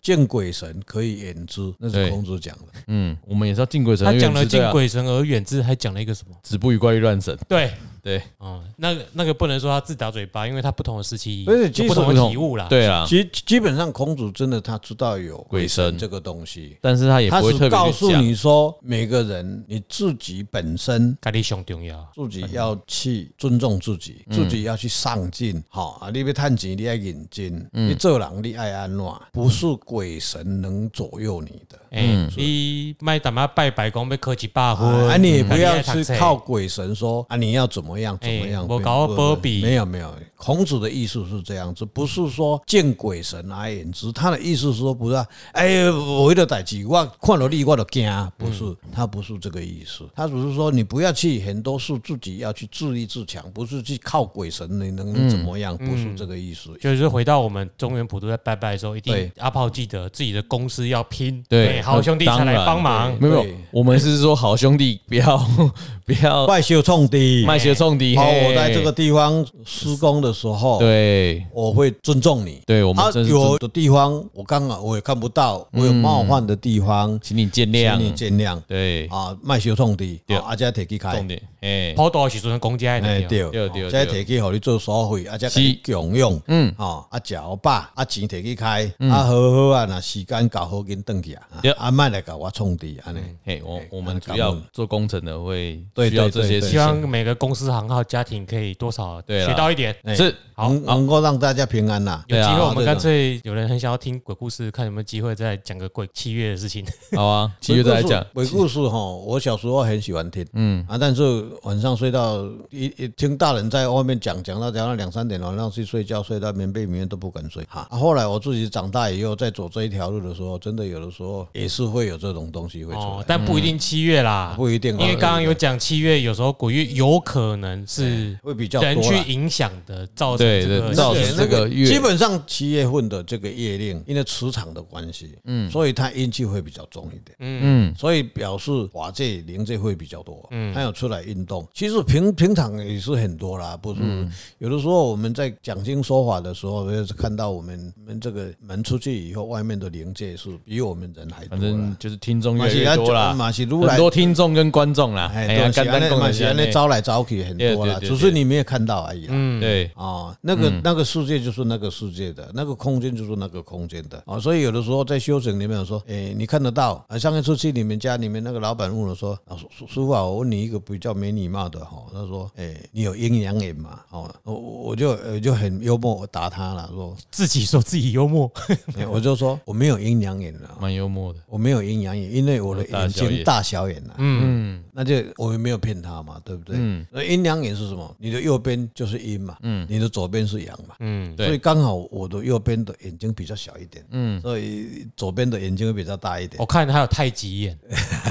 Speaker 3: 敬鬼神可以远之，那
Speaker 2: 对
Speaker 3: 是孔子讲的。
Speaker 2: 嗯，我们也是要敬鬼神，
Speaker 1: 他讲
Speaker 2: 因为
Speaker 1: 了
Speaker 2: 是这啊
Speaker 1: 敬
Speaker 2: 样，
Speaker 1: 鬼神而远之，还讲了一个什么？
Speaker 2: 子不语怪力乱神。
Speaker 1: 对，
Speaker 2: 对，
Speaker 1: 哦，那个那个不能说他自打嘴巴，因为他不同的时期
Speaker 3: 不是其
Speaker 1: 有不
Speaker 3: 实
Speaker 1: 同的体悟啦。
Speaker 2: 对啊啦，
Speaker 3: 其基本上，孔子真的他知道有鬼
Speaker 2: 鬼神
Speaker 3: 神这个东西，
Speaker 2: 但是他也
Speaker 3: 他
Speaker 2: 不会特
Speaker 3: 是告
Speaker 2: 别去
Speaker 3: 诉
Speaker 2: 讲。
Speaker 3: 你说，每个人你自己本身
Speaker 1: 咖喱熊重要，
Speaker 3: 自己要去尊重自己，自己要去上进，好啊！你要探钱，你要认真，你做人你爱安怎，不是鬼神能左右你的。
Speaker 1: 哎，你卖咱们拜拜讲要考一百分，
Speaker 3: 啊，你也不要
Speaker 1: 自己
Speaker 3: 去
Speaker 1: 读册
Speaker 3: 靠鬼神说啊，你要怎么样怎么样
Speaker 1: 哎，
Speaker 3: 不
Speaker 1: 没搞
Speaker 3: 不
Speaker 1: 保庇
Speaker 3: 没有没有，孔子的意思是这样子，不是说见鬼神而言之，他的意思是说不是啊，哎，为了代志我看了你我都惊，不是，他不是这个意思，他只是说你不要去很多事自己要去自立自强，不是去靠鬼神你能怎么样，不是这个意思。
Speaker 1: 就是回到我们中原普渡在拜拜的时候，一定
Speaker 3: 对
Speaker 1: 阿炮记得自己的公司要拼，
Speaker 2: 对
Speaker 1: 哎好兄弟才来帮忙。
Speaker 2: 没有，没
Speaker 3: 嗯对
Speaker 2: 有我们是说好兄弟，不要 不要
Speaker 3: 外修冲敌，
Speaker 2: 卖血冲敌。
Speaker 3: 好，
Speaker 2: 嘿
Speaker 3: 我在这个地方施工的时候，
Speaker 2: 对
Speaker 3: 我会尊重你。
Speaker 2: 对，我们
Speaker 3: 啊，
Speaker 2: 真是
Speaker 3: 有
Speaker 2: 尊嗯
Speaker 3: 的地方我刚好我也看不到，我有冒犯的地方，
Speaker 2: 请你见
Speaker 3: 请你
Speaker 2: 谅。
Speaker 3: 见谅
Speaker 2: 对，
Speaker 3: 啊，卖小创地，
Speaker 2: 对
Speaker 3: 啊，啊，再提起开
Speaker 2: 重，点哎，
Speaker 1: 跑道的时候公家
Speaker 3: 哎
Speaker 1: 的
Speaker 3: 对，
Speaker 2: 对对
Speaker 3: 啊再提起互你做所费，啊，再
Speaker 2: 是
Speaker 3: 给你共用，嗯，啊，啊，食好饱，啊，钱提起开，啊，好好啊，若时间到好紧转去啊
Speaker 2: 嗯对，嗯
Speaker 3: 啊，卖来甲我创地安尼，
Speaker 2: 嘿，我我们
Speaker 3: 哎
Speaker 2: 主要
Speaker 3: 感恩
Speaker 2: 做工程的会
Speaker 3: 对
Speaker 2: 需要
Speaker 3: 对
Speaker 2: 这
Speaker 3: 对
Speaker 2: 些
Speaker 3: 对
Speaker 2: 事
Speaker 1: 希
Speaker 2: 情，
Speaker 1: 望每个公司行号家庭可以多少
Speaker 2: 对啦
Speaker 1: 学到一点。
Speaker 3: 哎
Speaker 2: 是
Speaker 1: 好
Speaker 3: 能能够让大家平安呐。
Speaker 1: 有
Speaker 2: 对啊
Speaker 1: 机会，我们
Speaker 3: 这个
Speaker 1: 干脆有人很想要听鬼故事，看有没有机会再讲个鬼七月的事情。
Speaker 2: 好啊，七月再来讲。
Speaker 3: 鬼故事哈，我小时候很喜欢听，嗯啊，但是晚上睡到一一听大人在外面讲讲到讲到两三点，晚上去睡觉，睡到棉被里面都不敢睡哈、啊后来我自己长大以后，在走这一条路的时候，真的有的时候也是会有这种东西会出来，
Speaker 1: 哦，但不一定七月啦，
Speaker 3: 不一嗯定啊
Speaker 1: 因为刚刚有讲七月，有时候鬼月有可能是
Speaker 3: 会比较哎多啦
Speaker 1: 人去影响的，造成
Speaker 2: 对
Speaker 1: 这
Speaker 2: 对
Speaker 1: 个
Speaker 2: 造
Speaker 3: 对
Speaker 2: 成这个月
Speaker 3: 基本上七月份的这个月令，因为磁场的关系，嗯，所以它阴气会比较重一点，嗯，所以表示法界灵界会比较多，嗯，它有出来运运动。其实平平常也是很多啦，不是、
Speaker 2: 嗯
Speaker 3: 有的时候我们在讲经说法的时候，就是看到我们我们这个门出去以后，外面的灵界是比我们人还
Speaker 2: 反
Speaker 3: 多啦
Speaker 2: 正。就是听众越来越多啦，
Speaker 3: 马西如来
Speaker 2: 很多听众跟观众啦，
Speaker 3: 哎，
Speaker 2: 哎呀，
Speaker 3: 对，
Speaker 2: 简
Speaker 3: 喜
Speaker 2: 单
Speaker 3: 欢
Speaker 2: 讲
Speaker 3: 那
Speaker 2: 的
Speaker 3: 喜欢那
Speaker 2: 是
Speaker 3: 招来招去很多啦，
Speaker 2: 对对对对
Speaker 3: 只是你没有看到而已啊啦。
Speaker 2: 安尼，对，
Speaker 3: 哦，那个那个世界就是那个世界的，那个空间就是那个空间的哦，所以有的时候在修行里面我说，哎，你看得到啊？上一次去你们家，你们那个老板问我说，啊，师师傅啊，我问你一个比较没礼貌的哈、哦，他说，哎，你有阴阳眼吗？哦，我我就我就很幽默我答他了，说，
Speaker 1: 自己说自己幽默，
Speaker 3: 哎我就说我没有阴阳眼了。
Speaker 2: 蛮幽默的，
Speaker 3: 我没有阴阳眼，因为我的
Speaker 2: 哦大
Speaker 3: 眼
Speaker 2: 小
Speaker 3: 睛
Speaker 2: 眼
Speaker 3: 大小眼啊，嗯，那就我也没有骗他嘛，对不对？嗯，那阴阳眼是什么？你的右边就是阴嘛，嗯，你的左边是阳嘛，
Speaker 1: 嗯，
Speaker 2: 对
Speaker 3: 所以刚好我的右边的眼睛比较小一点，嗯，所以左边的眼睛会比较大一点
Speaker 1: 我。看还有太极眼，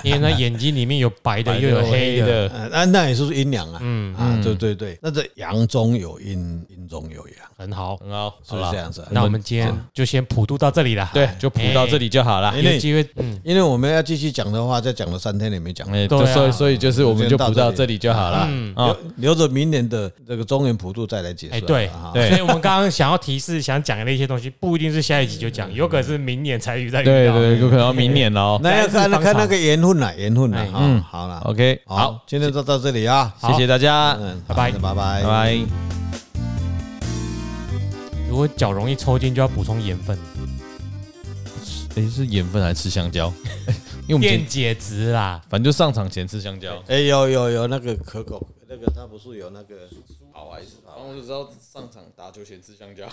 Speaker 1: 因为那眼睛里面有白的又有黑的，
Speaker 2: 的，
Speaker 3: 呃，那那也是阴阳啊，嗯啊，对对对，那这阳中有阴，阴中有阳，
Speaker 1: 很好。
Speaker 2: 很好，
Speaker 3: 是这样子啊。
Speaker 1: 那我们今天就先普渡到这里了，
Speaker 2: 对，就铺到这里就好了
Speaker 3: 哎。
Speaker 1: 有机会，嗯，
Speaker 3: 因为我们要继续讲的话，再讲了三天也没讲，
Speaker 2: 哎，
Speaker 1: 对
Speaker 2: 就
Speaker 1: 啊
Speaker 2: 所以所以就是我们就铺到这里就好了。嗯啊，
Speaker 3: 留着明年的这个中原普渡再来解释
Speaker 1: 哎，
Speaker 3: 啊。
Speaker 1: 对
Speaker 3: 啊，
Speaker 2: 对
Speaker 1: 所以我们刚刚想要提示、想讲的那些东西，不一定是下一集就讲，有可能是明年才遇再遇
Speaker 2: 对
Speaker 1: 到。
Speaker 2: 对，有可能要明年了哦。
Speaker 3: 那要看
Speaker 1: 单日方
Speaker 3: 看那
Speaker 1: 长
Speaker 3: 个缘分啦，缘分啦，嗯，好了
Speaker 2: OK，好，
Speaker 3: 好，今天就到这里啊，
Speaker 2: 谢谢大家，
Speaker 3: 嗯，
Speaker 1: 拜拜
Speaker 3: 好拜拜，
Speaker 2: 拜拜。
Speaker 1: 如果脚容易抽筋，就要补充盐分，
Speaker 2: 哎，是盐分还是吃香蕉？ 因为我们
Speaker 1: 电
Speaker 2: 今
Speaker 1: 解质啦。
Speaker 2: 反正就上场前吃香蕉。
Speaker 3: 哎，有有有那个可口，那个他不是有那个。
Speaker 2: 好还是好，我就知道上场打球前吃香蕉。